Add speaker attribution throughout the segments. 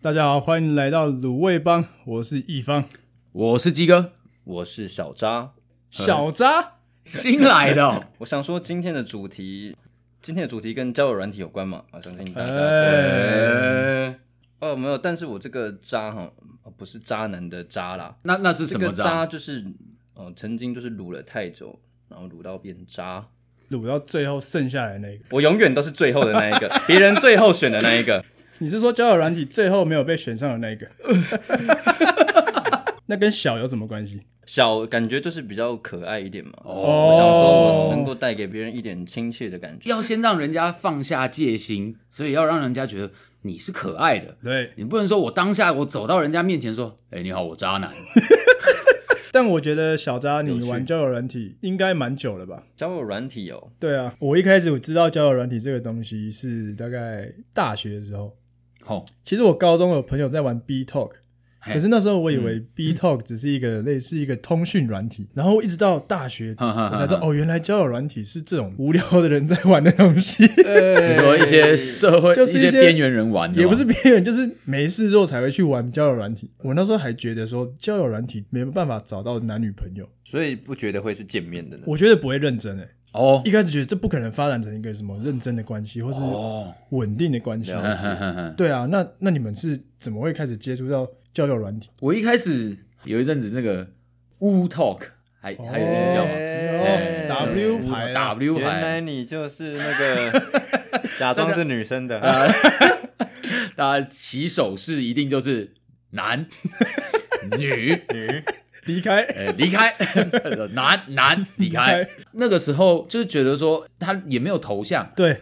Speaker 1: 大家好，欢迎来到卤味帮，我是易方
Speaker 2: 我是鸡哥，
Speaker 3: 我是小扎。
Speaker 1: 小渣。
Speaker 2: 新来 的哦、
Speaker 3: 我想说今天的主题，今天的主题跟交友软体有关嘛？我相信大家。
Speaker 1: 哎
Speaker 2: 呃，
Speaker 3: 哦，没有，但是我这个渣哈、哦，不是渣男的渣啦，
Speaker 2: 那那是什么
Speaker 3: 这个
Speaker 2: 渣？
Speaker 3: 就是哦、呃曾经就是撸了太久，然后撸到变渣。
Speaker 1: 卤到最后剩下来那个，
Speaker 3: 我永远都是最后的那一个，别人最后选的那一个。
Speaker 1: 你是说交友软体最后没有被选上的那个？ 那跟小有什么关系？
Speaker 3: 小感觉就是比较可爱一点嘛，
Speaker 2: 哦
Speaker 3: 我想说我能够带给别人一点亲切的感觉。
Speaker 2: 要先让人家放下戒心，所以要让人家觉得你是可爱的。
Speaker 1: 对，
Speaker 2: 你不能说我当下我走到人家面前说：“哎、你好，我渣男。
Speaker 1: 但我觉得小渣，
Speaker 2: 有
Speaker 1: 你
Speaker 2: 趣
Speaker 1: 玩交友软体应该蛮久了吧？
Speaker 3: 交友软体哦，
Speaker 1: 对啊，我一开始我知道交友软体这个东西是大概大学的时候。
Speaker 2: 吼，
Speaker 1: 其实我高中有朋友在玩 B Talk，
Speaker 2: 嘿嗯
Speaker 1: 可是那时候我以为 B Talk 只是一个类似一个通讯软体，然后一直到大学
Speaker 2: 哼哼
Speaker 1: 我
Speaker 2: 哼
Speaker 1: 才知道哦，原来交友软体是这种无聊的人在玩的东 西，
Speaker 2: 你说一些社会、
Speaker 1: 就是一些
Speaker 2: 些边缘人玩的吗，
Speaker 1: 也不是别人，就是没事做才会去玩交友软体。我那时候还觉得说交友软体没办法找到男女朋友，
Speaker 3: 所以不觉得会是见面的呢。
Speaker 1: 我觉得不会认真诶、欸
Speaker 2: 哦
Speaker 1: 一开始觉得这不可能发展成一个什么认真的关系，或是
Speaker 2: 哦，
Speaker 1: 稳定的关系。
Speaker 3: 了
Speaker 2: 哼哼哼
Speaker 1: 对啊，那那你们是怎么会开始接触到交友软体？
Speaker 2: 我一开始有一阵子那个 Wu Talk 还还有人叫吗？
Speaker 1: 哦
Speaker 2: 哎
Speaker 1: ，W 牌啊
Speaker 2: W
Speaker 3: 原
Speaker 2: 牌
Speaker 3: 来，你就是那 个假装是女 生的，
Speaker 2: 大家起手势一定就是 男、女、
Speaker 1: 离开
Speaker 2: 呃，离开，男男离
Speaker 1: 离
Speaker 2: 开
Speaker 1: 开。
Speaker 2: 那个时候就是觉得说他也没有头像，
Speaker 1: 对。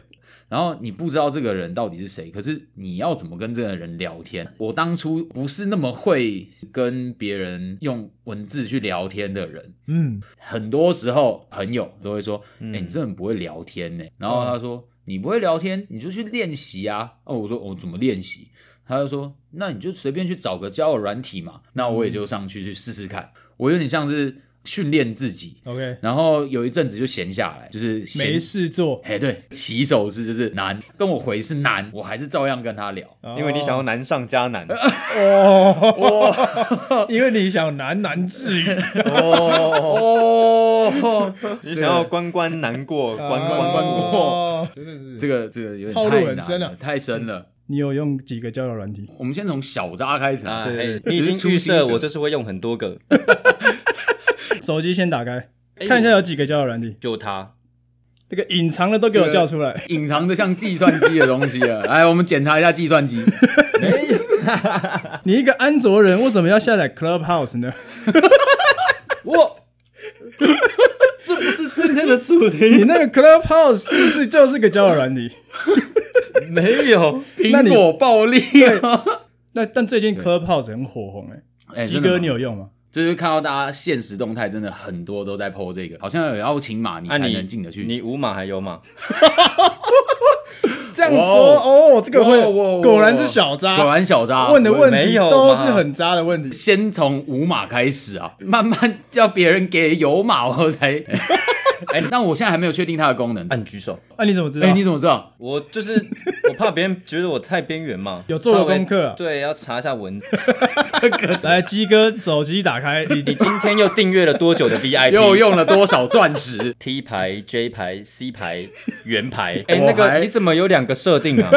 Speaker 2: 然后你不知道这个人到底是谁，可是你要怎么跟这个人聊天？我当初不是那么会跟别人用文字去聊天的人，
Speaker 1: 嗯，
Speaker 2: 很多时候朋友都会说：“哎、
Speaker 3: 嗯
Speaker 2: 你真的很不会聊天
Speaker 1: 嗯
Speaker 2: 呢、然后他说：“你不会聊天，你就去练习啊。”哦，我说：“我、怎么练习？”他就说：“那你就随便去找个交友软体嘛。”那我
Speaker 1: 嗯
Speaker 2: 也就上去去试试看。我有点像是训练自己，
Speaker 1: OK，
Speaker 2: 然后有一阵子就闲下来，就是闲
Speaker 1: 没。事 做，
Speaker 2: 哎，对，起手是就是难，跟我回是难，我还是照样跟他聊。
Speaker 3: 因为你想要难上加难。
Speaker 1: 哦，因为你想喃喃 自语，
Speaker 3: 哦，
Speaker 2: 哦，
Speaker 3: 你想要关关难过，关关关过。
Speaker 1: 过，真的是
Speaker 2: 这个这个有点
Speaker 1: 套路
Speaker 2: 太
Speaker 1: 很
Speaker 2: 难
Speaker 1: 深啊
Speaker 2: 了，太深了。
Speaker 1: 你有用几个交友软 体？
Speaker 2: 我们先从小渣开始啊，
Speaker 3: 啊，
Speaker 1: 对
Speaker 3: 哎你已
Speaker 2: 只是初
Speaker 3: 经预设
Speaker 2: 心者
Speaker 3: 我就是会用很多个，
Speaker 1: 手机先打开，看一下有几个交友软体，
Speaker 3: 就它。
Speaker 1: 这个隐藏的都给我叫出来。
Speaker 2: 隐藏的像计算机的东西了。来，我们检查一下计 算机。
Speaker 1: 你一个安卓人，为什么要下载 Clubhouse 呢？
Speaker 2: 我
Speaker 3: 这不是今天的主题，
Speaker 1: 你那个 Clubhouse 是不是就是个交友软 体？
Speaker 3: 没有。
Speaker 1: 那你
Speaker 2: 苹果暴力啊！
Speaker 1: 那但最近 Clubhouse 很火红哎，
Speaker 2: 哎，
Speaker 1: 鸡
Speaker 2: 真的吗
Speaker 1: 哥你有用吗？
Speaker 2: 就是看到大家现实动态，真的很多都在 PO 这个，好像有邀请码你
Speaker 3: 啊
Speaker 2: 才
Speaker 3: 你
Speaker 2: 能进得去。
Speaker 3: 你无码还有码？
Speaker 1: 这样
Speaker 2: 哇
Speaker 1: 说
Speaker 2: 哦
Speaker 1: 哦，这个
Speaker 2: 哇哇
Speaker 1: 会
Speaker 2: 哇
Speaker 1: 果然是小渣，
Speaker 2: 果然小渣
Speaker 1: 啊问的问
Speaker 3: 没
Speaker 1: 题
Speaker 3: 有嘛
Speaker 1: 都是很渣的问题。
Speaker 2: 先从五码开始啊， 慢慢要别人给有码我 才。哎， 但我现在还没有确定它的功能。
Speaker 3: 按举手。
Speaker 1: 啊，你怎么知道？
Speaker 2: 哎，你怎么 知道？
Speaker 3: 我就是我怕别人觉得我太边缘嘛。
Speaker 1: 有做过
Speaker 3: 稍微
Speaker 1: 功课啊
Speaker 3: 对，要查一下文字。
Speaker 1: 来，鸡哥手机打开，你
Speaker 3: 你今天又订阅了多 久的 VIP？？
Speaker 2: 又用了多少钻石
Speaker 3: T 牌、J 牌、C 牌、圆牌。哎、
Speaker 2: 我
Speaker 3: 那个
Speaker 2: 还
Speaker 3: 你怎么有两个设定 啊？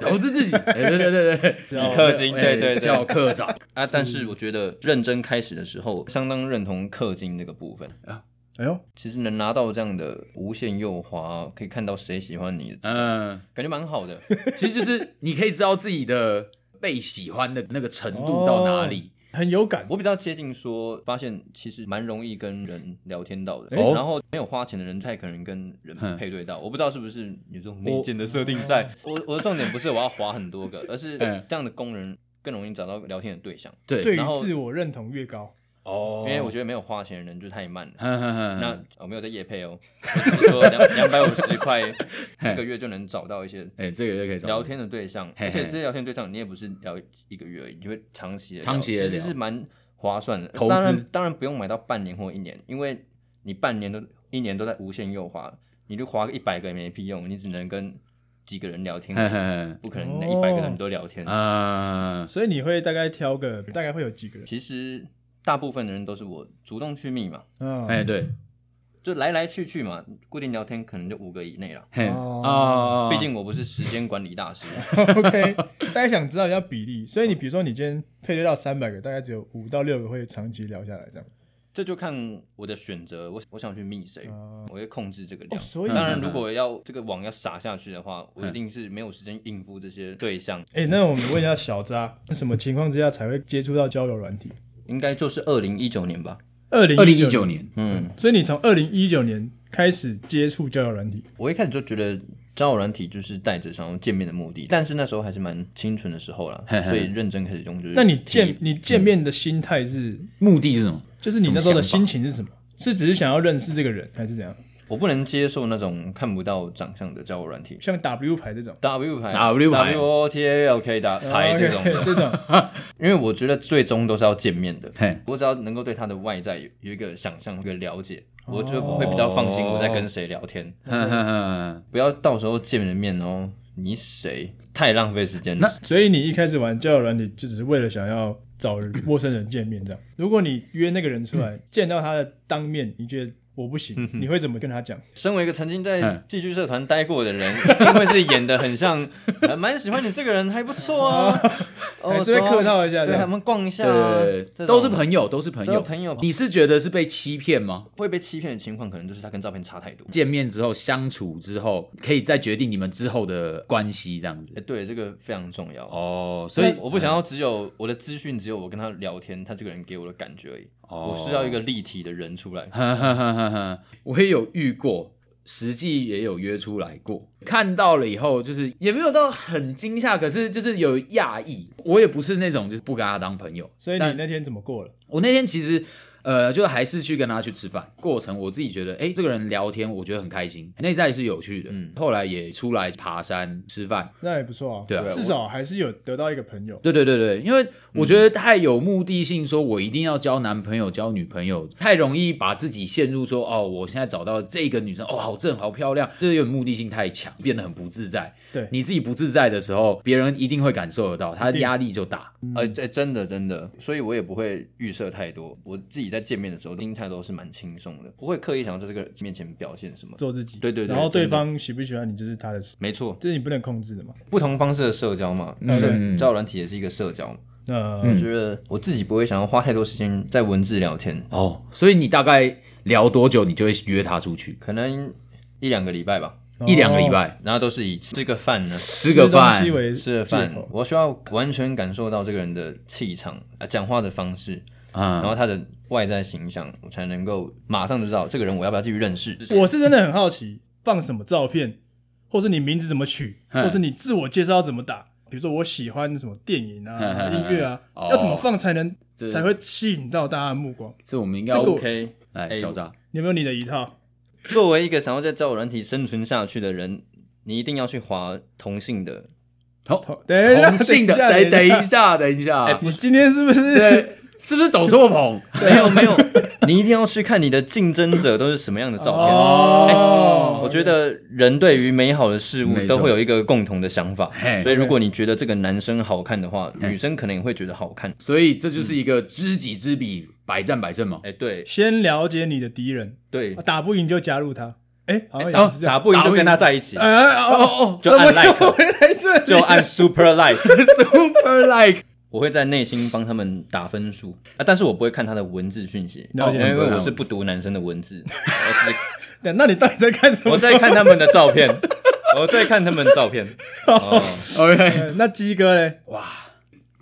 Speaker 2: 投资自己。哎 对对对对，
Speaker 3: 李克金，
Speaker 2: 哎
Speaker 3: 对对对，
Speaker 2: 叫科长。
Speaker 3: 啊！但是我觉得认真开始的时候，相当认同氪金这个部分。
Speaker 1: 哎呦，
Speaker 3: 其实能拿到这样的无限右滑，可以看到谁喜欢你，
Speaker 2: 嗯。
Speaker 3: 感觉蛮 好的。
Speaker 2: 其实就是你可以知道自己的被喜欢的那个程度到哪里。
Speaker 3: 哦
Speaker 1: 很有感。
Speaker 3: 我比较接近说，发现其实蛮容易跟人聊天到的。
Speaker 2: 哦
Speaker 3: 然后没有花钱的人，不太可能跟人
Speaker 2: 嗯
Speaker 3: 配对到。我不知道是不是有这种内建的设定在。我我的重点不是我要划很多个，而 是
Speaker 2: 嗯
Speaker 3: 这样的工人更容易找到聊天的对象。
Speaker 2: 对
Speaker 1: 对
Speaker 3: 然
Speaker 1: 于
Speaker 3: 后
Speaker 1: 自我认同越高，
Speaker 2: 哦，嗯
Speaker 3: 因为我觉得没有花钱的人就太慢了。
Speaker 2: 哼哼哼
Speaker 3: 那
Speaker 2: 哼
Speaker 3: 我没有在夜配哦，我只是说 两两百五十块一个月就能找到一些
Speaker 2: 哎、这个就可以找
Speaker 3: 聊天的对象，
Speaker 2: 嘿嘿
Speaker 3: 而且这些聊天对象你也不是聊一个月而已，你就会长期地聊
Speaker 2: 长期地聊
Speaker 3: 其实是蛮划算的。
Speaker 2: 投资
Speaker 3: 当然当然不用买到半年或一年，因为你半年都一年都在无限诱滑，你就划个一百个也没屁用，你只能跟几个人聊天，
Speaker 2: 嘿嘿嘿，
Speaker 3: 不可能
Speaker 1: 哦
Speaker 3: 一百个人都聊天。
Speaker 2: 嗯，
Speaker 1: 所以你会大概挑个，大概会有几个人？
Speaker 3: 其实大部分的人都是我主动去密嘛，
Speaker 1: 嗯，
Speaker 2: 哎，对，
Speaker 3: 就来来去去嘛，固定聊天可能就五个以内了。
Speaker 2: 嘿，
Speaker 1: 哦
Speaker 2: 啊，
Speaker 3: 毕竟我不是时间管理大师，
Speaker 1: 啊 OK，大家想知道一下比例，所以你比如说你今天配对到三百个，大概只有五到六个会长期聊下来这样。
Speaker 3: 这就看我的选择，我我想去密谁，我会控制这个量。
Speaker 1: 哦所以
Speaker 3: 当然，如果要这个网要撒下去的话，我一定是没有时间应付这些对象，
Speaker 1: 哎、那我们问一下小扎，什么情况之下才会接触到交友软体？
Speaker 3: 应该就是二零一九年吧。
Speaker 1: 二零
Speaker 2: 二零一九，年，
Speaker 3: 嗯，
Speaker 1: 所以你从二零一九年开始接触交友软体，
Speaker 3: 我一开始就觉得交友软体就是带着想要见面的目的，但是那时候还是蛮清纯的时候啦
Speaker 2: 嘿，嘿
Speaker 3: 所以认真开始用就是。
Speaker 1: 那你见你见面的心态是，
Speaker 2: 目的是什么？
Speaker 1: 就是你那时候的
Speaker 2: 什么
Speaker 1: 心
Speaker 2: 想法
Speaker 1: 情是什么？是只是想要认识这个人，还是怎样？
Speaker 3: 我不能接受那种看不到长相的交友软体
Speaker 1: 像 W 牌这种
Speaker 3: ，W 牌
Speaker 2: W 牌
Speaker 3: O T A L K 的牌这种
Speaker 1: 哦 OK，
Speaker 3: 的，
Speaker 1: 这种，
Speaker 3: 因为我觉得最终都是要见面的。
Speaker 2: 嘿，
Speaker 3: 我只要能够对他的外在有有一个想象、有一个了解，
Speaker 1: 哦
Speaker 3: 我就会比较放心我在跟谁聊天。
Speaker 2: 哼哼哼，
Speaker 3: 不要到时候见了面哦，你谁太浪费时间了。
Speaker 1: 所以你一开始玩交友软体，就只是为了想要找陌生人见面这样。如果你约那个人出来，见到他的当面，你觉得我不行，你会怎么跟他讲？
Speaker 3: 身为一个曾经在
Speaker 2: 嗯
Speaker 3: 戏剧社团待过的人，一定会是演的很 像，呃蛮喜欢你这个人，还不 错啊，哦
Speaker 1: 还是会
Speaker 3: 走啊
Speaker 1: 客套一下这
Speaker 3: 对，
Speaker 1: 样
Speaker 3: 他们逛一下啊，
Speaker 2: 对，
Speaker 3: 这种
Speaker 2: 都是朋友，都是朋
Speaker 3: 都
Speaker 2: 友，
Speaker 3: 是朋友
Speaker 2: 你是觉得是被欺骗吗？
Speaker 3: 会被欺骗的情况，可能就是他跟照片差太多。
Speaker 2: 见面之后相处之后，可以再决定你们之后的关系，这样子
Speaker 3: 哎，。对，这个非常重要。
Speaker 2: 哦，所
Speaker 3: 所
Speaker 2: 以
Speaker 3: 以我不想要只有我的资讯，只有我跟他聊天，他这个人给我的感觉而已。
Speaker 2: 哦
Speaker 3: 我是要一个立体的人出来。
Speaker 2: 哈哈哈哈哈！ 我也有遇过，实际也有约出来过，看到了以后就是也没有到很惊吓，可是就是有讶异。我也不是那种就是不跟他当朋友，
Speaker 1: 所以你
Speaker 2: 但
Speaker 1: 那天怎么过了？
Speaker 2: 我那天其实。呃，就还是去跟他去吃饭，过程我自己觉得，哎、这个人聊天，我觉得很开心，内在是有趣的。
Speaker 3: 嗯
Speaker 2: 后来也出来爬山吃饭，
Speaker 1: 那也不错啊，
Speaker 2: 对啊
Speaker 1: 至少还是有得到一个朋友。
Speaker 2: 对对对对，因为我觉
Speaker 1: 嗯
Speaker 2: 得太有目的性，说我一定要交男朋友、交女朋友，太容易把自己陷入说哦，我现在找到这个女生，哦，好正、好漂亮，这有点目的性太强，变得很不自在。
Speaker 1: 对
Speaker 2: 你自己不自在的时候，别人一定会感受得到，他
Speaker 1: 一
Speaker 2: 的
Speaker 1: 定
Speaker 2: 压力就大。
Speaker 3: 呃，这真的真的，所以我也不会预设太多。我自己在见面的时候，心态都是蛮轻松的，不会刻意想要在这个人面前表现什么。
Speaker 1: 做自己，
Speaker 3: 对对对
Speaker 1: 然后对
Speaker 3: 真的
Speaker 1: 方喜不喜欢你就是他的事，
Speaker 3: 没错，
Speaker 1: 这是你不能控制的嘛。
Speaker 3: 不同方式的社交嘛，
Speaker 1: 嗯
Speaker 3: 社
Speaker 2: 嗯
Speaker 3: 交友软体也是一个社交嘛。
Speaker 1: 那、
Speaker 3: 我觉得我自己不会想要花太多时间在文字聊天，
Speaker 2: 哦，所以你大概聊多久，你就会约他出去？
Speaker 3: 可能一两个礼拜吧，
Speaker 1: 哦
Speaker 2: 一两个礼拜，
Speaker 3: 然后都是以吃个饭呢。
Speaker 2: 吃个饭
Speaker 1: 吃东西。为
Speaker 3: 吃了
Speaker 1: 借
Speaker 3: 饭
Speaker 1: 口，
Speaker 3: 我需要完全感受到这个人的气场、呃，讲话的方式，然
Speaker 2: 嗯，
Speaker 3: 后他的外在形象，我才能够马上就知道这个人我要不要继续认识。
Speaker 1: 我是真的很好奇，放什么照片，或是你名字怎么取，
Speaker 2: 嗯
Speaker 1: 或是你自我介绍怎么打。比如说我喜欢什么电影
Speaker 2: 嗯
Speaker 1: 啊、
Speaker 2: 嗯
Speaker 1: 音
Speaker 2: 嗯
Speaker 1: 乐啊，
Speaker 2: 哦
Speaker 1: 要怎么放才能
Speaker 2: 这
Speaker 1: 才会吸引到大家的目光？
Speaker 2: 这我们应该要
Speaker 1: 这个我
Speaker 3: OK，
Speaker 2: 哎，
Speaker 3: 哎
Speaker 2: 小扎，
Speaker 1: 你有没有你的一套？
Speaker 3: 作为一个想要在交友软体生存下去的人，你一定要去划同性的。
Speaker 2: 同
Speaker 1: 同等一下
Speaker 2: 同性的，哎
Speaker 1: 等一下哎
Speaker 2: 等等一下，等一下，
Speaker 1: 你今天是不是？
Speaker 2: 对，是不是走错棚？ 没有没有，
Speaker 3: 你一定要去看你的竞争者都是什么样的照片。哎
Speaker 1: 哦，
Speaker 3: 我觉得人对于美好的事物
Speaker 2: 没错哎
Speaker 3: 都会有一个共同的想法
Speaker 2: 嘿，
Speaker 3: 所以如果你觉得这个男生好看的话，女生可能也会觉得好看。
Speaker 2: 所以这
Speaker 1: 嗯
Speaker 2: 就是一个知己知彼，百战百胜嘛。
Speaker 3: 哎，对
Speaker 1: 先了解你的敌人，
Speaker 3: 对，哦
Speaker 1: 打不赢就加入他。哎，好像
Speaker 3: 打
Speaker 1: 也是这
Speaker 3: 打
Speaker 1: 样。
Speaker 3: 不赢
Speaker 2: 打
Speaker 3: 就
Speaker 2: 不赢
Speaker 3: 跟他在一起，
Speaker 1: 哎哎
Speaker 2: 哦
Speaker 1: 哦，
Speaker 2: 哦
Speaker 3: 就
Speaker 1: 怎
Speaker 3: 按
Speaker 1: 么又
Speaker 3: like，
Speaker 1: 回来这里
Speaker 3: 就按 super like。
Speaker 2: ，super like，
Speaker 3: 我会在内心帮他们打分数啊，但是我不会看他的文字讯息，哦
Speaker 1: 了解
Speaker 3: 因为我是不读男生的文字，我只
Speaker 1: 等那你到底在干什么？
Speaker 3: 我在看他们的照片， 我在看他们的照片。哦，
Speaker 2: ，OK，
Speaker 1: 呃那鸡哥嘞？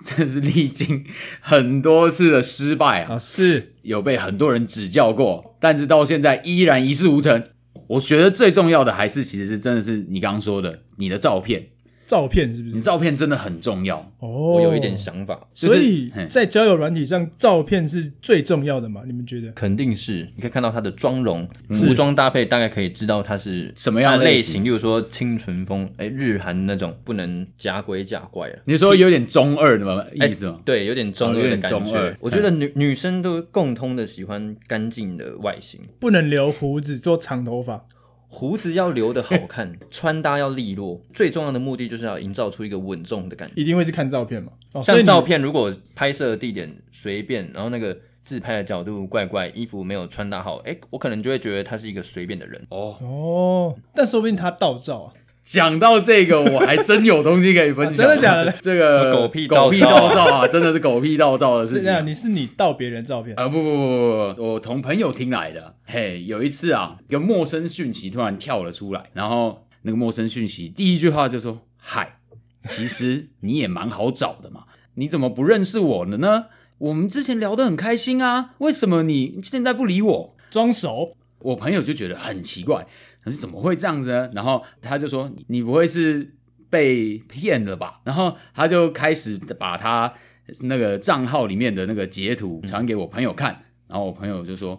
Speaker 2: 真是历经很多次的失败啊，
Speaker 1: 啊，是
Speaker 2: 有被很多人指教过，但是到现在依然一事无成。我觉得最重要的还是，其实是真的是你刚刚说的，你的照片，
Speaker 1: 照片是不
Speaker 2: 你
Speaker 1: 是？
Speaker 2: 照片真的很重要。
Speaker 1: 哦，
Speaker 3: 我有一点想法，
Speaker 2: 就是
Speaker 1: 所以
Speaker 2: 嘿
Speaker 1: 在交友软体上，照片是最重要的嘛？你们觉得？
Speaker 3: 肯定是你可以看到他的妆容、服装搭配，大概可以知道他是
Speaker 2: 什么样的
Speaker 3: 类
Speaker 2: 类型
Speaker 3: 型，例如说清纯风，哎，日韩那种不能假鬼假怪了。
Speaker 2: 你说有点中二 的嘛
Speaker 3: 哎
Speaker 2: 意思吗？
Speaker 3: 对，有点中二
Speaker 2: 哦有
Speaker 3: 的
Speaker 2: 点
Speaker 3: 感
Speaker 2: 中
Speaker 3: 觉。
Speaker 2: 二
Speaker 3: 我觉得女 女生都共通的喜欢干净的外形，
Speaker 1: 不能留胡子，做长头发，
Speaker 3: 胡子要留的好 看，穿搭要利落，最重要的目的就是要营造出一个稳重的感觉。
Speaker 1: 一定会是看照片嘛？哦，所以
Speaker 3: 像
Speaker 1: 你
Speaker 3: 照片，如果拍摄的地点随便，然后那个自拍的角度怪怪，衣服没有穿搭好，哎、我可能就会觉得他是一个随便的人。
Speaker 2: 哦，
Speaker 1: 哦，但说不定他盗照啊，
Speaker 2: 讲到这个，我还真有东西可以分 享。
Speaker 1: 啊真的假的
Speaker 2: 这个
Speaker 3: 什么狗屁
Speaker 2: 狗屁
Speaker 3: 道
Speaker 2: 道造啊，真的是狗屁道造的
Speaker 1: 是
Speaker 2: 事
Speaker 1: 这
Speaker 2: 情啊。
Speaker 1: 样，你是你盗别人照片，
Speaker 2: 啊不不不不不，我从朋友听来的。嘿，有一次啊，一个陌生讯息突然跳了出来，然后那个陌生讯息第一句话就说：“嗨，其实你也蛮好找的嘛，你怎么不认识我了呢？我们之前聊得很开心啊，为什么你现在不理我？”
Speaker 1: 装熟，
Speaker 2: 我朋友就觉得很奇怪，可是怎么会这样子呢？然后他就说：“你不会是被骗了吧？”然后他就开始把他那个账号里面的那个截图传给我朋友看，然后我朋友就说：“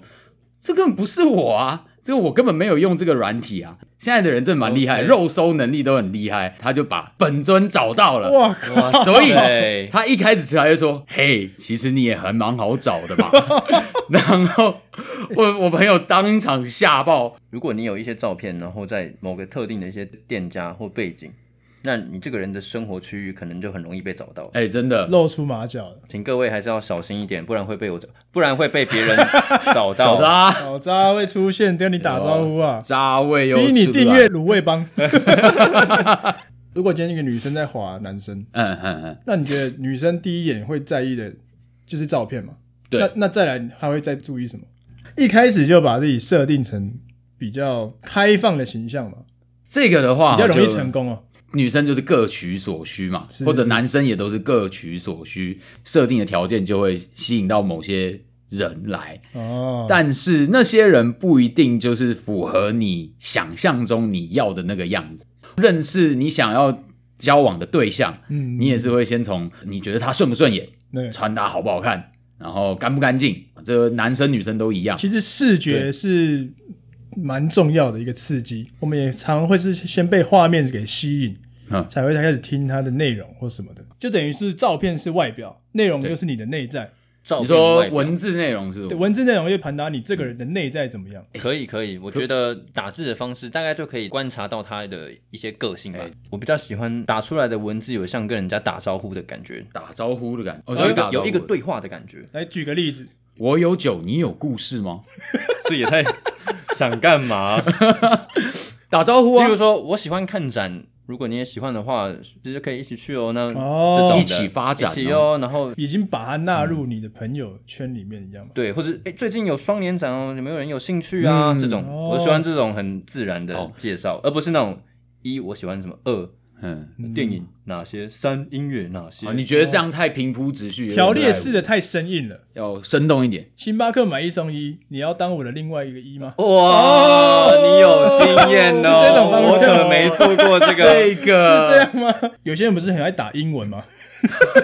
Speaker 2: 这根本不是我啊，这个我根本没有用这个软体啊。”现在的人真的蛮厉害
Speaker 3: OK
Speaker 2: 肉搜能力都很厉害，他就把本尊找到了。
Speaker 1: 哇靠！
Speaker 3: 哇
Speaker 2: 所以
Speaker 3: 对
Speaker 2: 他一开始出来就说：“嘿，其实你也很蛮好找的嘛。” 然后我 我朋友当场吓爆，
Speaker 3: 如果你有一些照片，然后在某个特定的一些店家或背景，那你这个人的生活区域可能就很容易被找到。
Speaker 2: 哎、真的
Speaker 1: 露出马脚了，
Speaker 3: 请各位还是要小心一点，不然会被我找，不然会被别 人找
Speaker 2: 小
Speaker 3: 到。
Speaker 2: 渣
Speaker 1: 老哦渣会出现跟你打招呼啊，
Speaker 2: 渣位又
Speaker 1: 逼你
Speaker 2: 出来
Speaker 1: 订阅，卤味帮。 如果今天一个女生在滑男生，
Speaker 2: 嗯嗯嗯，
Speaker 1: 那你觉得女生第一眼会在意的就是照片嘛？
Speaker 2: 对
Speaker 1: 那那再来，她会再注意什么？一开始就把自己设定成比较开放的形象嘛，
Speaker 2: 这个的话
Speaker 1: 比较容易
Speaker 2: 就
Speaker 1: 成功哦。
Speaker 2: 女生就是各取所需嘛，
Speaker 1: 是
Speaker 2: 或者
Speaker 1: 是
Speaker 2: 男生也都是各取所需，设定的条件就会吸引到某些人来，
Speaker 1: 哦，
Speaker 2: 但是那些人不一定就是符合你想象中你要的那个样子。认识你想要交往的对象，
Speaker 1: 嗯
Speaker 2: 你也是会先从你觉得他顺不顺眼、
Speaker 1: 对，
Speaker 2: 穿搭好不好看，然后干不干净，这个男生女生都一样。
Speaker 1: 其实视觉是蛮重要的一个刺激，我们也常会是先被画面给吸引，
Speaker 2: 嗯
Speaker 1: 才会开始听它的内容或什么的，就等于是照片是外表，内容就是你的内在，
Speaker 3: 照
Speaker 2: 你
Speaker 3: 片
Speaker 2: 说
Speaker 3: 外表
Speaker 2: 文字内容是不
Speaker 1: 对
Speaker 2: 是？
Speaker 1: 文字内容就传达你这个人的内在怎么样。
Speaker 3: 可以可以，我觉得打字的方式大概就可以观察到他的一些个性吧。
Speaker 2: 哎
Speaker 3: 我比较喜欢打出来的文字有像跟人家打招呼的感觉，
Speaker 2: 打招呼的感觉，哦
Speaker 3: 有一
Speaker 2: 打招
Speaker 3: 个
Speaker 2: 呼
Speaker 3: 有一个，对话的感觉。
Speaker 1: 来举个例子，
Speaker 2: 我有酒，你有故事吗？
Speaker 3: 这也太想干 嘛？
Speaker 2: 打招呼
Speaker 3: 比
Speaker 2: 啊
Speaker 3: 如，说我喜欢看展，如果你也喜欢的话，其实可以一起去哦。那
Speaker 1: 哦
Speaker 3: 这种的
Speaker 2: 一起发展哦
Speaker 3: 一起哦。然后
Speaker 1: 已经把它纳
Speaker 2: 嗯
Speaker 1: 入你的朋友圈里面一样嘛。
Speaker 3: 对，或者哎、最近有双年展哦，有没有人有兴趣啊？
Speaker 2: 嗯
Speaker 3: 这种
Speaker 1: 哦
Speaker 3: 我喜欢这种很自然的
Speaker 2: 哦
Speaker 3: 介绍，而不是那种一我喜欢什么二
Speaker 2: 嗯，
Speaker 3: 电影哪些三音乐哪些
Speaker 1: 哦
Speaker 2: 啊，你觉得这样太平铺直叙，有点
Speaker 1: 条列
Speaker 2: 太
Speaker 1: 式的太生硬了。
Speaker 2: 要生动一点。
Speaker 1: 星巴克买一送一，你要当我的另外一个一吗？
Speaker 3: 哇，你有经验
Speaker 1: 哦
Speaker 3: 哦！
Speaker 1: 是这种方哦法
Speaker 3: 我可没做过这个。
Speaker 1: 是这样吗？有些人不是很爱打英文吗？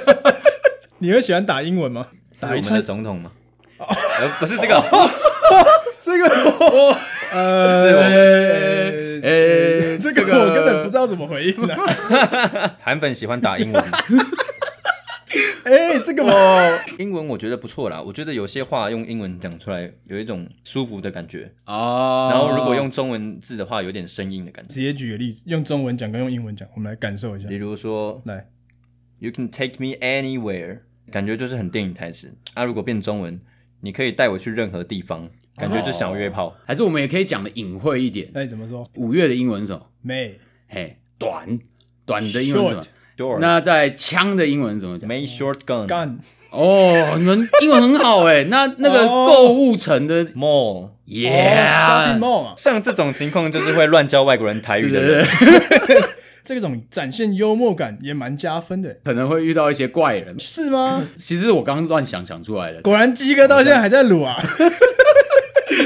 Speaker 1: 你会喜欢打英文吗？打一
Speaker 3: 是我
Speaker 1: 串
Speaker 3: 们
Speaker 1: 哦
Speaker 3: 的总统 吗？呃，不是这个，
Speaker 1: 这个我呃
Speaker 3: 哎
Speaker 2: 呃呃
Speaker 1: 这个我根本不知道怎么回应了。啊
Speaker 3: 韩粉喜欢打英文，
Speaker 1: 哎，这个
Speaker 3: 哦
Speaker 1: 嘛，
Speaker 3: 英文我觉得不错啦。我觉得有些话用英文讲出来有一种舒服的感觉，
Speaker 2: 哦。
Speaker 3: 然后如果用中文字的话，有点生硬的感觉。
Speaker 1: 直接举个例子，用中文讲跟用英文讲，我们来感受一下
Speaker 3: 比。如说
Speaker 1: 来，
Speaker 3: “You can take me anywhere”，感觉就是很电影台词。啊，如果变中文，你可以带我去任何地方，感觉就想约炮。
Speaker 2: 还是我们也可以讲的隐晦一点。
Speaker 1: 哎，怎么说？
Speaker 2: 五月的英文是什么？
Speaker 1: 美
Speaker 2: 嘿，短短的英文是
Speaker 1: Short
Speaker 2: 什么？
Speaker 3: Sure，
Speaker 2: 那在枪的英文怎么讲？
Speaker 3: May short gun
Speaker 1: gun
Speaker 2: 哦，你们英文很好哎。那那个
Speaker 1: 哦
Speaker 2: 购物城的
Speaker 3: mall。
Speaker 1: 哦，shopping
Speaker 2: ，yeah，
Speaker 1: mall 嘛，
Speaker 3: 像这种情况就是会乱教外国人台
Speaker 2: 对
Speaker 3: 语的
Speaker 2: 对
Speaker 3: 人。
Speaker 2: 对，
Speaker 1: 这种展现幽默感也蛮加分的，
Speaker 2: 可能会遇到一些怪人。
Speaker 1: 是吗？
Speaker 2: 其实我刚刚乱想想出来的。
Speaker 1: 果然鸡哥到现在还在撸啊，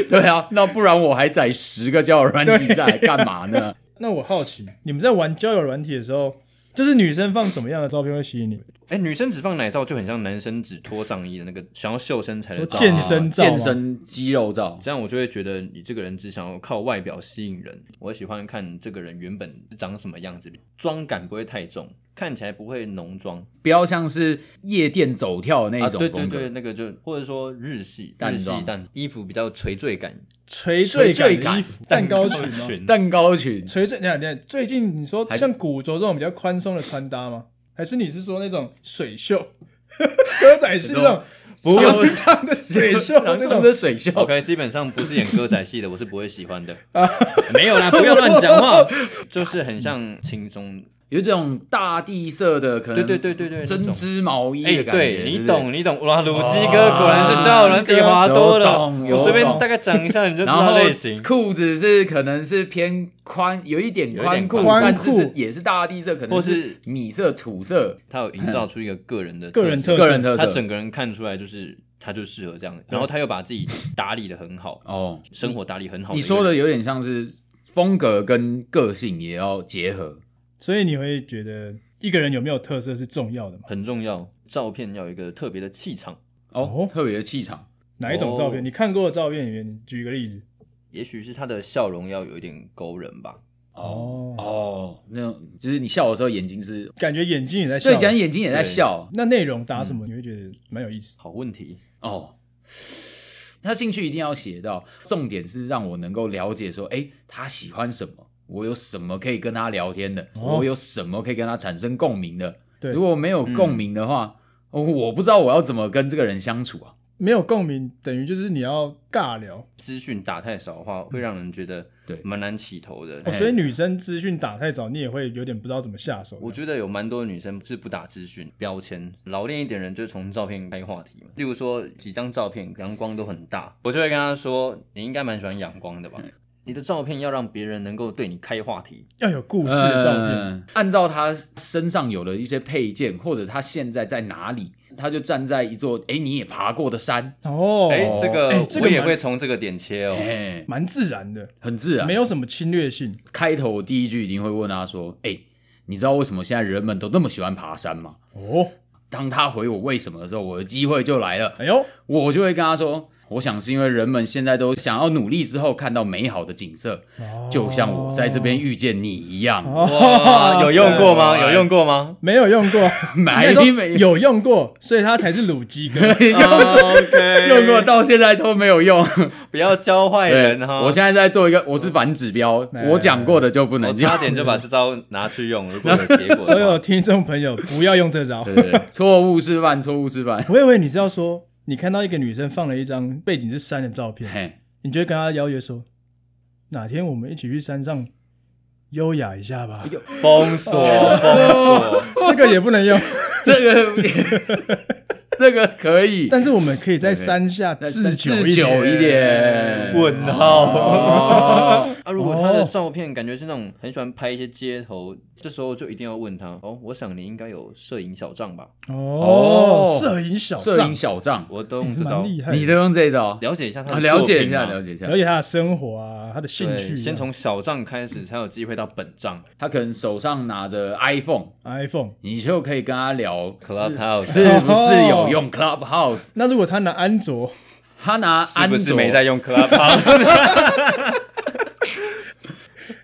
Speaker 2: 对啊，那不然我还载十个交友软体在来干嘛呢？
Speaker 1: 那我好奇，你们在玩交友软体的时候，就是女生放怎么样的照片会吸引你？
Speaker 3: 哎、女生只放奶罩就很像男生只脱上衣的那个想要秀身材的
Speaker 1: 说
Speaker 3: 照，啊
Speaker 1: 健身照吗
Speaker 2: 健身肌肉照。
Speaker 3: 这样我就会觉得你这个人只想要靠外表吸引人。我喜欢看这个人原本是长什么样子，妆感不会太重，看起来不会浓妆
Speaker 2: 不要像是夜店走跳的那
Speaker 3: 啊，
Speaker 2: 一种
Speaker 3: 对对
Speaker 2: 风格。
Speaker 3: 对，那个就或者说日系
Speaker 2: 淡
Speaker 3: 日系
Speaker 2: 妆
Speaker 3: 淡衣服比较垂坠感，
Speaker 1: 垂坠
Speaker 2: 垂坠
Speaker 1: 感
Speaker 2: 感嗯
Speaker 1: 的衣服，蛋糕裙吗？
Speaker 3: 裙
Speaker 2: 蛋糕裙，
Speaker 1: 垂坠，你看，你看，最近你说像古着这种比较宽松的穿搭吗？还是你是说那种水袖、 歌仔戏那种
Speaker 2: 不
Speaker 1: 长长的水袖
Speaker 2: 然后
Speaker 1: 这
Speaker 2: 这
Speaker 1: 种？
Speaker 2: 种是水袖，
Speaker 3: OK，基本上不是演歌仔戏的，我是不会喜欢 的。没有啦，不要乱讲话，就是很像轻松。
Speaker 2: 有这种大地色的，可 能
Speaker 3: 对对对对对，那
Speaker 2: 针
Speaker 3: 种。
Speaker 2: 织毛衣
Speaker 3: 哎，
Speaker 2: 的感觉，
Speaker 3: 对
Speaker 2: 是不
Speaker 3: 你
Speaker 2: 是
Speaker 3: 懂你懂，哇，鲁基哥果然是教人体滑多
Speaker 2: 有
Speaker 3: 了。
Speaker 2: 懂有
Speaker 3: 我随便
Speaker 2: 懂
Speaker 3: 大概讲一下，你就 知
Speaker 2: 然
Speaker 3: 道
Speaker 2: 后
Speaker 3: 类型。
Speaker 2: 裤子是可能是偏宽，有一点宽裤，
Speaker 3: 有一点
Speaker 1: 宽
Speaker 2: 但是
Speaker 1: 宽
Speaker 2: 是
Speaker 1: 裤
Speaker 2: 也是大地色，可能
Speaker 3: 或
Speaker 2: 是
Speaker 3: 是
Speaker 2: 米色、土色，
Speaker 3: 他有营造出一个个人的
Speaker 1: 个人特
Speaker 3: 特质，
Speaker 2: 个人
Speaker 1: 色，
Speaker 2: 特
Speaker 3: 他
Speaker 2: 色。
Speaker 3: 整个人看出来就是他就适合这样，然后他又把自己打理的很好，
Speaker 2: 哦，
Speaker 3: 生活打理很好。
Speaker 2: 你说的有点像是风格跟个性也要结合，
Speaker 1: 所以你会觉得一个人有没有特色是重要的嘛？
Speaker 3: 很重要，照片要有一个特别的气场，
Speaker 2: 哦
Speaker 1: 哦，
Speaker 2: 特别的气场。
Speaker 1: 哪一种照片？
Speaker 3: 哦
Speaker 1: 你看过的照片里面，你举一个例子。
Speaker 3: 也许是他的笑容要有一点勾人吧。
Speaker 1: 哦
Speaker 2: 哦，那种就是你笑的时候眼睛是，
Speaker 1: 感觉眼睛也在笑。
Speaker 2: 对，讲眼睛也在笑
Speaker 1: 那内容搭什么，你会觉得蛮有意思。
Speaker 3: 好问题，
Speaker 2: 哦。他兴趣一定要写到，重点是让我能够了解说，哎，他喜欢什么，我有什么可以跟他聊天的，
Speaker 1: 哦
Speaker 2: 我有什么可以跟他产生共鸣的。
Speaker 1: 对
Speaker 2: 如果没有共鸣的话，哦我不知道我要怎么跟这个人相处啊。
Speaker 1: 没有共鸣，等于就是你要尬聊。哦
Speaker 3: 资讯打太少的话，会让人觉得
Speaker 2: 对
Speaker 3: 蛮难起头的。
Speaker 1: 哦，所以女生资讯打太早，你也会有点不知道怎么下手。
Speaker 3: 我觉得有蛮多女生是不打资讯标签，老练一点人就从照片开话题嘛。例如说几张照片阳光都很大，我就会跟她说：“你应该蛮喜欢阳光的吧？”
Speaker 1: 嗯
Speaker 3: 你的照片要让别人能够对你开话题，
Speaker 1: 要有故事的照片。
Speaker 2: 嗯按照他身上有的一些配件，或者他现在在哪里，他就站在一座哎你也爬过的山，
Speaker 1: 哦，
Speaker 3: 哎、这个、
Speaker 1: 哎这个
Speaker 3: 我也
Speaker 1: 蛮
Speaker 3: 会啊从这个点切哦。
Speaker 2: 哎，
Speaker 1: 蛮自然的，
Speaker 2: 很自然。
Speaker 1: 没有什么侵略性。
Speaker 2: 开头我第一句一定会问他说：“哎、你知道为什么现在人们都那么喜欢爬山吗
Speaker 1: 哦，？”
Speaker 2: 当他回我为什么的时候，我的机会就来了，
Speaker 1: 哎呦，
Speaker 2: 我就会跟他说：“我想是因为人们现在都想要努力之后看到美好的景色，就像我在这边遇见你一样。
Speaker 3: 哇，有用过吗？
Speaker 2: 塞
Speaker 3: 有用过吗
Speaker 1: 哦 没哦哎有 用过，
Speaker 2: 买
Speaker 1: 应该说
Speaker 2: 一没有
Speaker 1: 有用过，所以他才是卤鸡 哥。
Speaker 3: 啊 ？OK，
Speaker 2: 用过到现在都没有用，
Speaker 3: 不要教坏
Speaker 2: 对
Speaker 3: 人哈。，
Speaker 2: 我现在在做一个，我是反指标，
Speaker 1: 来
Speaker 2: 我讲过的就不
Speaker 3: 我
Speaker 2: 能用
Speaker 3: 差，点就把这招拿去用，如果有结果的话，
Speaker 1: 所有听众朋友，不要用这招。
Speaker 2: 对对对错误示范，错误示范，
Speaker 1: 我以为你是要说，你看到一个女生放了一张背景是山的照片，
Speaker 2: 嘿，
Speaker 1: 你就会跟她邀约说，哪天我们一起去山上优雅一下
Speaker 2: 哎
Speaker 1: 吧。
Speaker 3: 封锁封 锁。
Speaker 1: 这个也不能 用，
Speaker 2: 这个这个可以，
Speaker 1: 但是我们可以在山下
Speaker 2: 那
Speaker 1: 置酒
Speaker 2: 自久一点。
Speaker 3: 问号。
Speaker 2: 哦，
Speaker 3: 啊，如果他的照片感觉是那种很喜欢拍一些街头，这时候就一定要问他哦。我想你应该有摄影小账吧？
Speaker 1: 哦
Speaker 2: 哦，
Speaker 1: 摄影小
Speaker 2: 摄
Speaker 1: 帐
Speaker 2: 影小账，
Speaker 3: 我都
Speaker 1: 也
Speaker 3: 用
Speaker 1: 是
Speaker 3: 这
Speaker 1: 蛮
Speaker 3: 招
Speaker 1: 厉害的，
Speaker 2: 你都用这一招，
Speaker 3: 了解一下他
Speaker 2: 啊
Speaker 3: 的
Speaker 2: 了
Speaker 3: 作
Speaker 2: 解
Speaker 3: 品
Speaker 2: 一
Speaker 3: 嘛
Speaker 2: 下，了解一下
Speaker 1: 了。解她的生活啊，她的兴
Speaker 3: 对
Speaker 1: 趣啊，
Speaker 3: 先从小账开始，才有机会到本账。
Speaker 2: 他可能手上拿着 iPhone，
Speaker 1: iPhone。
Speaker 2: 你就可以跟他聊
Speaker 3: Clubhouse
Speaker 2: 是是不是
Speaker 1: 哦
Speaker 2: 有用 Clubhouse？
Speaker 1: 那如果他拿安卓，
Speaker 2: 他拿
Speaker 3: 是
Speaker 2: 安
Speaker 3: 不
Speaker 2: 卓
Speaker 3: 是没在用 Clubhouse？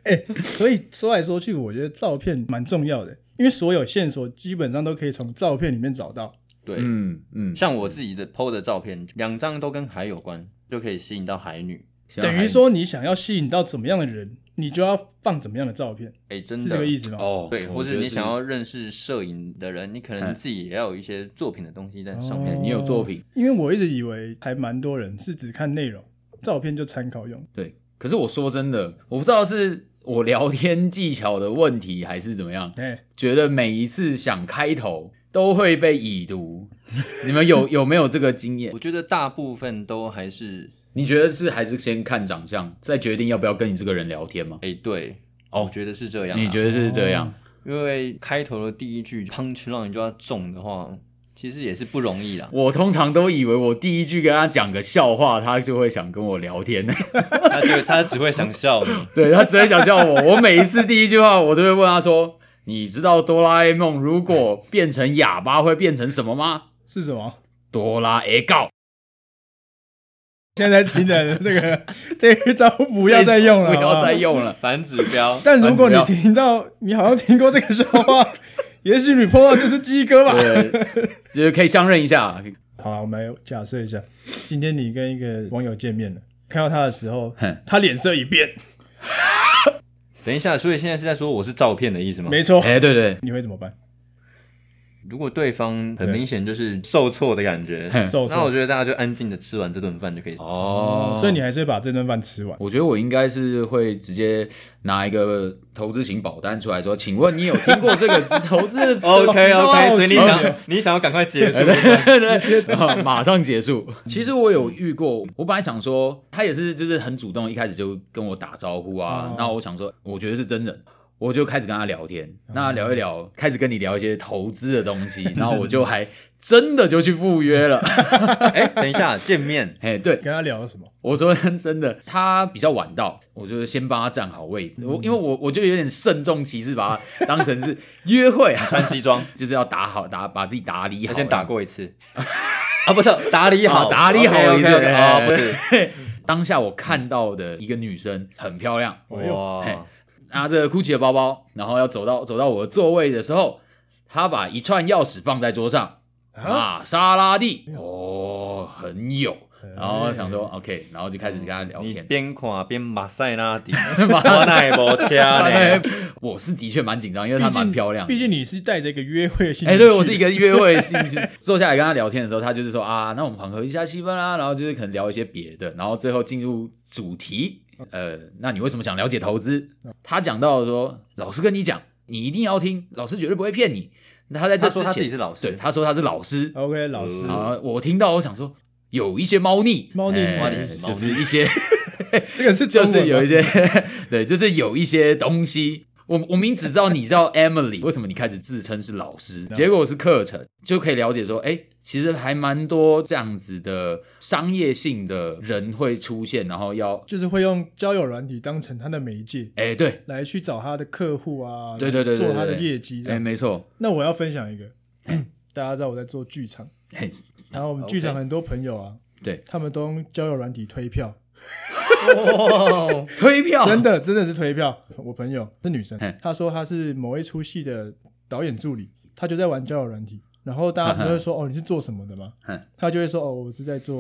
Speaker 1: 哎所以说来说去，我觉得照片蛮重要的，因为所有线索基本上都可以从照片里面找到。
Speaker 3: 对，
Speaker 2: 嗯嗯，
Speaker 3: 像我自己的 PO 的照片，两张都跟海有关，就可以吸引到海女。
Speaker 2: 像
Speaker 1: 等于说，你想要吸引到怎么样的人，你就要放怎么样的照片，
Speaker 3: 哎，真
Speaker 1: 是
Speaker 3: 的
Speaker 1: 这个意思吗？
Speaker 2: 哦，
Speaker 3: 对，
Speaker 2: 我
Speaker 3: 或
Speaker 2: 觉
Speaker 3: 是
Speaker 2: 得哎
Speaker 3: 你想要认识摄影的人，你可能自己也要有一些作品的东西在上
Speaker 1: 哦
Speaker 3: 面。
Speaker 2: 你有作品，
Speaker 1: 因为我一直以为还蛮多人是只看内容，照片就参考用。
Speaker 2: 对，可是我说真的，我不知道是我聊天技巧的问题还是怎么样，
Speaker 1: 哎、
Speaker 2: 觉得每一次想开头都会被已读。 你们有有没有这个经验
Speaker 3: 我？觉得大部分都还是
Speaker 2: 你觉得是还是先看长相，再决定要不要跟你这个人聊天吗？
Speaker 3: 哎、对，
Speaker 2: 哦
Speaker 3: 我觉得是这样、啊。
Speaker 2: 你觉得是这样？
Speaker 3: 因为开头的第一句 punch line 就要中的话，其实也是不容易啦。
Speaker 2: 我通常都以为我第一句跟他讲个笑话，他就会想跟我聊天，
Speaker 3: 他就他只会想笑你。
Speaker 2: 对他只会想笑我。我每一次第一句话，我都会问他说：“你知道哆啦 A 梦如果变成哑巴会变成什么吗
Speaker 1: 是什么？？”
Speaker 2: 哆啦 A 告。
Speaker 1: 现在听的这个 这一招不要再用了，。
Speaker 2: 不要再用了。
Speaker 3: 反指标
Speaker 1: 但如果你
Speaker 2: 反指
Speaker 1: 听到你好像听过这个笑话， 也许你碰到就是鸡哥吧。
Speaker 2: 对，就是可以相认一下。
Speaker 1: 好啦，我们来假设一下，今天你跟一个网友见面了，看到他的时候
Speaker 2: 哼，
Speaker 1: 他脸色一变，
Speaker 3: 等一下，所以现在是在说我是照片的意思吗？
Speaker 1: 没错，
Speaker 2: 哎、对对，
Speaker 1: 你会怎么办？
Speaker 3: 如果对方很
Speaker 1: 对
Speaker 3: 明显就是受挫的感觉，
Speaker 2: 哼
Speaker 1: 受
Speaker 3: 那我
Speaker 1: 挫，
Speaker 3: 觉得大家就安静的吃完这顿饭就可以。
Speaker 2: 哦，
Speaker 1: 所以你还是会把这顿饭吃完。
Speaker 2: 我觉得我应该是会直接拿一个投资型保单出来说，请问你有听过这个投资的词吗
Speaker 3: OK
Speaker 1: 哦
Speaker 3: OK，所以你
Speaker 1: 哦
Speaker 3: 想你想要赶快结束，
Speaker 2: 对对，啊马上结束。其实我有遇过，我本来想说他也是就是很主动，一开始就跟我打招呼啊
Speaker 1: 哦。
Speaker 2: 那、我想说，我觉得是真人。我就开始跟他聊天，那聊一聊，开始跟你聊一些投资的东西，然后我就还真的就去赴约了。
Speaker 3: 哎，等一下见面，
Speaker 2: 哎，对，
Speaker 1: 跟他聊了什么？
Speaker 2: 我说真的，他比较晚到，我就先帮他站好位置。我因为我我就有点慎重其事，把他当成是约会啊，
Speaker 3: 穿西装，
Speaker 2: 就是要打好打把自己打理
Speaker 3: 他
Speaker 2: 好，
Speaker 3: 先打过一次啊，不是打理好，
Speaker 2: 啊打理好一
Speaker 3: OK
Speaker 2: 次
Speaker 3: OK 啊，不是
Speaker 2: 当下我看到的一个女生很漂亮，
Speaker 1: 哎呦
Speaker 2: 嘿
Speaker 3: 哇，
Speaker 2: 拿着 GUCCI 的包包，然后要走到走到我的座位的时候，她把一串钥匙放在桌上，
Speaker 1: 啊，哎
Speaker 2: 玛莎拉蒂，哦，很有。然后想说 OK，然后就开始跟她聊
Speaker 3: 你
Speaker 2: 天。
Speaker 3: 边看边马赛拉蒂，我那也没车呢，
Speaker 2: 我是的确蛮紧张，因为
Speaker 1: 毕
Speaker 2: 她
Speaker 1: 竟
Speaker 2: 蛮漂亮的。
Speaker 1: 毕竟你是带着一个约会的心情去的。
Speaker 2: 哎、对我是一个约会的兴趣， 坐下来跟他聊天的时候，他就是说啊，那我们缓和一下气氛啦、然后就是可能聊一些别的，然后最后进入主题，
Speaker 1: 嗯
Speaker 2: 呃，那你为什么想了解投资？他讲到说，老师跟你讲，你一定要听，老师绝对不会骗你。那他在这
Speaker 3: 他说
Speaker 2: 之前，
Speaker 3: 他自己是老师
Speaker 2: 对，他说他是老师，
Speaker 1: OK 老师，
Speaker 2: 然后我听到我想说，有一些猫腻，
Speaker 1: 猫腻是
Speaker 2: 哎
Speaker 1: 什么
Speaker 3: 意思
Speaker 2: 就是一些。
Speaker 1: 这个是中 文
Speaker 2: 就
Speaker 1: 吗啊
Speaker 2: 是有一些， 对，就是有一些东西。我我明只知道你叫 Emily，为什么你开始自称是老师？结果是课程，就可以了解说，哎、其实还蛮多这样子的商业性的人会出现，然后要，
Speaker 1: 就是会用交友软体当成他的媒介
Speaker 2: 哎、对，
Speaker 1: 来去找他的客户啊，
Speaker 2: 对对对对对
Speaker 1: 做他的业绩这
Speaker 2: 哎、
Speaker 1: 样。
Speaker 2: 没错，
Speaker 1: 那我要分享一个， 大家知道我在做剧场，
Speaker 2: 哎、
Speaker 1: 然后我们
Speaker 3: OK
Speaker 1: 剧场很多朋友啊，
Speaker 2: 对，
Speaker 1: 他们都用交友软体推票，
Speaker 2: 哦， 推票，
Speaker 1: 真 的真的是推票。我朋友是女生
Speaker 2: 嘿，
Speaker 1: 她说她是某一出戏的导演助理，她就在玩交友软体。然后
Speaker 2: 啊
Speaker 1: 大家不是会说哦你是做什么的吗
Speaker 2: 嗯？
Speaker 1: 她就会说哦我是在做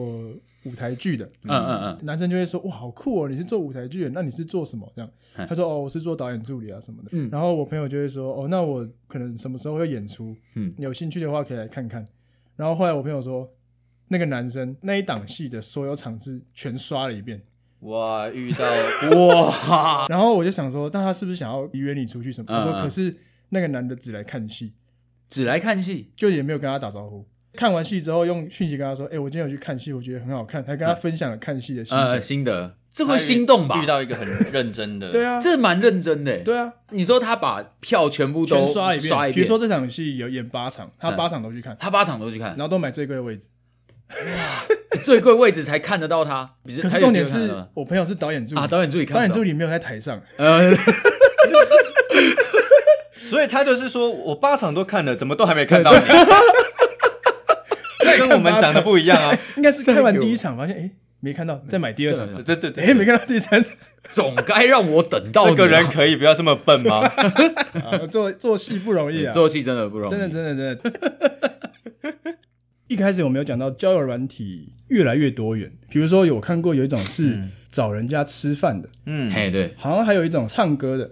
Speaker 1: 舞台剧的。
Speaker 2: 嗯嗯嗯，
Speaker 1: 男生就会说哇好酷哦你是做舞台剧的，那你是做什么这样？
Speaker 2: 嗯
Speaker 1: 他说哦我是做导演助理啊什么的。
Speaker 2: 嗯
Speaker 1: 然后我朋友就会说哦那我可能什么时候会演出？
Speaker 2: 嗯
Speaker 1: 有兴趣的话可以来看看。然后后来我朋友说。那个男生那一档戏的所有场次全刷了一遍，
Speaker 3: 哇，遇到
Speaker 2: 哇，
Speaker 1: 然后我就想说，那他是不是想要约你出去什么？
Speaker 2: 嗯
Speaker 1: 我说，
Speaker 2: 啊嗯
Speaker 1: 可是那个男的只来看戏，
Speaker 2: 只来看戏，
Speaker 1: 就也没有跟他打招呼。看完戏之后，用讯息跟他说：“哎、我今天有去看戏，我觉得很好看。”还
Speaker 2: 嗯
Speaker 1: 跟他分享了看戏的心得。
Speaker 2: 呃，心得，这会心动吧
Speaker 3: 遇？到一个很认真的，
Speaker 1: 对啊，
Speaker 2: 这蛮认真的，欸
Speaker 1: 对啊，
Speaker 2: 你说他把票全部都
Speaker 1: 全刷一遍。
Speaker 2: 刷一遍，
Speaker 1: 比如说这场戏有演八场，他八场都去看，
Speaker 2: 他八场都去看
Speaker 1: 然，后都买最贵的位置。
Speaker 2: 最贵位置才看得到他。比
Speaker 1: 可是重点
Speaker 2: 才有
Speaker 1: 是
Speaker 2: 机会看得到他
Speaker 1: 我朋友是导演助理，
Speaker 2: 啊，导演助理看不
Speaker 1: 导
Speaker 2: 到
Speaker 1: 演助理没有在台上，
Speaker 2: 呃，
Speaker 3: 所以他就是说我八场都看了，怎么都还没看到你，这跟我们讲的不一样啊！
Speaker 1: 应该是看完第一场发现哎、没看到，再买第二场
Speaker 2: 这，
Speaker 3: 对对
Speaker 1: 哎、
Speaker 3: 对，
Speaker 1: 没看到第三场。
Speaker 2: 总该让我等到你
Speaker 3: 这
Speaker 2: 啊
Speaker 3: 个人可以不要这么笨吗？
Speaker 1: 啊做做戏不容易啊，
Speaker 2: 做戏真的不容易，
Speaker 1: 真的真的真的。 一开始我们有讲到交友软体越来越多元，比如说有看过有一种是
Speaker 2: 嗯
Speaker 1: 找人家吃饭的，
Speaker 3: 嗯，
Speaker 2: 嘿对，
Speaker 1: 好像还有一种唱歌的，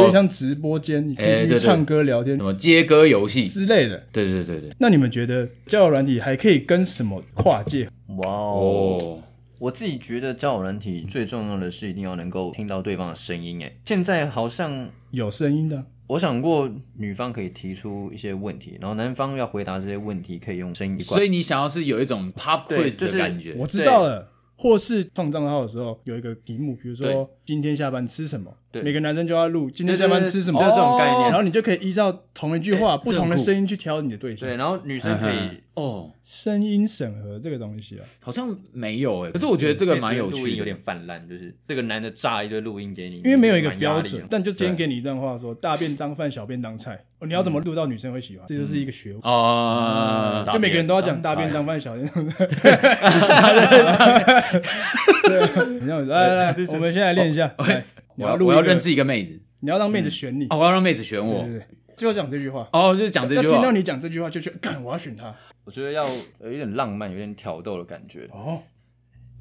Speaker 1: 有点像直播间，你可
Speaker 2: 哎
Speaker 1: 以进
Speaker 2: 对对
Speaker 1: 去唱歌聊天
Speaker 2: 什么接歌游戏，
Speaker 1: 之类的。
Speaker 2: 对对对对，
Speaker 1: 那你们觉得交友软体还可以跟什么跨界？
Speaker 3: 哇哦！
Speaker 2: 哦，
Speaker 3: 我自己觉得交友软体最重要的是一定要能够听到对方的声音。哎，现在好像
Speaker 1: 有声音的，
Speaker 3: 我想过女方可以提出一些问题，然后男方要回答这些问题可以用声音一贯
Speaker 2: 所以你想要是有一种 pop
Speaker 3: 对
Speaker 2: quiz
Speaker 3: 就是
Speaker 2: 的感觉
Speaker 1: 我，知道了。或是创账号的时候有一个题目，比如
Speaker 3: 对
Speaker 1: 说今天下班吃什么，
Speaker 3: 对
Speaker 1: 每个男生就要录今
Speaker 3: 对
Speaker 1: 天下班吃什么，哦
Speaker 3: 就是这种概
Speaker 2: 对
Speaker 1: 然
Speaker 3: 念。
Speaker 1: 后你就可以依照同一句话、不同的
Speaker 2: 这很酷
Speaker 1: 声音去挑你的对象
Speaker 3: 对，。然后女生可以
Speaker 2: 哦，
Speaker 1: 声音审核这个东西啊，
Speaker 3: 嗯
Speaker 2: 好像没有哎，可是我觉得这个蛮有
Speaker 3: 录音
Speaker 2: 趣
Speaker 3: 有
Speaker 2: 的
Speaker 3: 点。泛滥，就是这个男的炸一堆录音给你，
Speaker 1: 因为没有一个
Speaker 3: 你就蛮压
Speaker 1: 标
Speaker 3: 力的
Speaker 1: 准，但就今天给你一段话说，大便当饭，小便当菜，哦你要怎么录到女生会喜欢，这就是一个学问。
Speaker 2: 哦，
Speaker 3: 嗯
Speaker 1: 就每个人都要讲
Speaker 3: 大
Speaker 1: 大
Speaker 3: 便
Speaker 1: 便当饭，小便当菜。 对，你让我来来来，我们先来练一下。来你
Speaker 2: 我要
Speaker 1: 录，
Speaker 2: 我要认，识一个妹子，
Speaker 1: 你要让妹子选你。
Speaker 2: 哦，我要让妹子选
Speaker 1: 对
Speaker 2: 我
Speaker 1: 对，对，就要讲这句话。
Speaker 2: 哦，就是讲这句
Speaker 1: 要听
Speaker 2: 话
Speaker 1: 到。你讲这句话，就去干，我要选他。
Speaker 3: 我觉得要有一点浪漫，有点挑逗的感觉。
Speaker 1: 哦，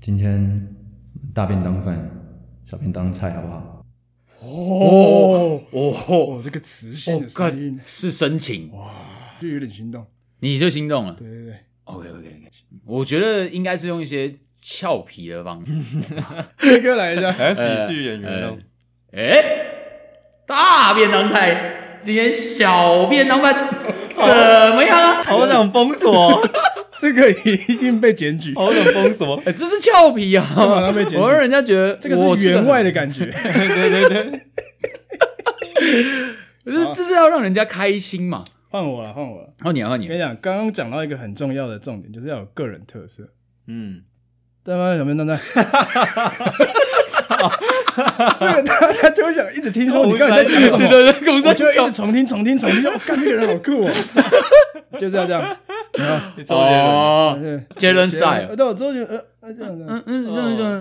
Speaker 3: 今天大便当饭，小便当菜，好不好？
Speaker 1: 哦
Speaker 2: 哦，
Speaker 1: 哦，这个磁性
Speaker 2: 哦
Speaker 1: 的，声音
Speaker 2: 干，是深情，
Speaker 1: 哇，就有点心动。
Speaker 2: 你就心动了。
Speaker 1: 对对对，
Speaker 2: OK OK OK，我觉得应该是用一些俏皮的方式。
Speaker 1: 这个来一 下。
Speaker 3: 还哎喜剧演员哦，
Speaker 2: 哎，大便当菜，今天小便当饭怎么样啊？
Speaker 3: 好想封锁，
Speaker 1: 这个一定被检举，
Speaker 3: 好想封锁
Speaker 2: 。哎，这是俏皮啊！
Speaker 1: 马上被检举
Speaker 2: 我让人家觉得
Speaker 1: 这个
Speaker 2: 我
Speaker 1: 是
Speaker 2: 是个
Speaker 1: 员
Speaker 2: 很
Speaker 1: 外的感觉。
Speaker 3: 对对对，
Speaker 2: 可是
Speaker 1: 啊
Speaker 2: 这是要让人家开心嘛？
Speaker 1: 换我了，换我了。
Speaker 2: 然后你啊，换你
Speaker 1: 我
Speaker 2: 啊
Speaker 1: 跟你讲，刚刚讲到一个很重要的重点，就是要有个人特色。
Speaker 3: 嗯，
Speaker 1: 对吗？小便当蛋。这个大家就会想一直听说你刚才在讲什么，
Speaker 2: 对对，公
Speaker 1: 我
Speaker 2: 司
Speaker 1: 就一直重听、重听、重听。我干，这个人好酷哦！就是要这样。
Speaker 3: 你周杰伦，
Speaker 2: 哦
Speaker 1: 对
Speaker 2: ，Jalen Style，
Speaker 1: 对，我周杰伦，呃呃，这样这样。
Speaker 2: 嗯嗯，嗯嗯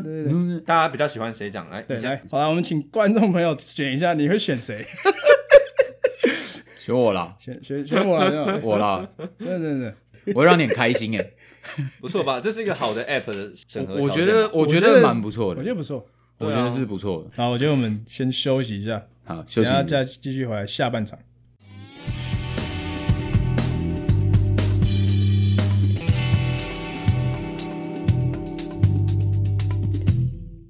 Speaker 1: 对对对
Speaker 2: 嗯，
Speaker 3: 大家比较喜欢谁讲？来，
Speaker 1: 对，
Speaker 3: 你先
Speaker 1: 来，好了，我们请观众朋友选一下，你会选谁？
Speaker 2: 选我啦，
Speaker 1: 选选选我啦！
Speaker 2: 我啦，
Speaker 1: 真的真的，
Speaker 2: 我会让你很开心哎，
Speaker 3: 不错吧？这是一个好的 app 的审核条件吧。
Speaker 2: 我觉得我
Speaker 1: 我
Speaker 2: 觉得蛮不错
Speaker 1: 我
Speaker 2: 的
Speaker 1: 觉，得不错。
Speaker 2: 我觉得是不错的。
Speaker 1: 好，我觉得我们先休息一下，
Speaker 2: 好，休
Speaker 1: 等一下
Speaker 2: 息一下。
Speaker 1: 再继续回来下半场。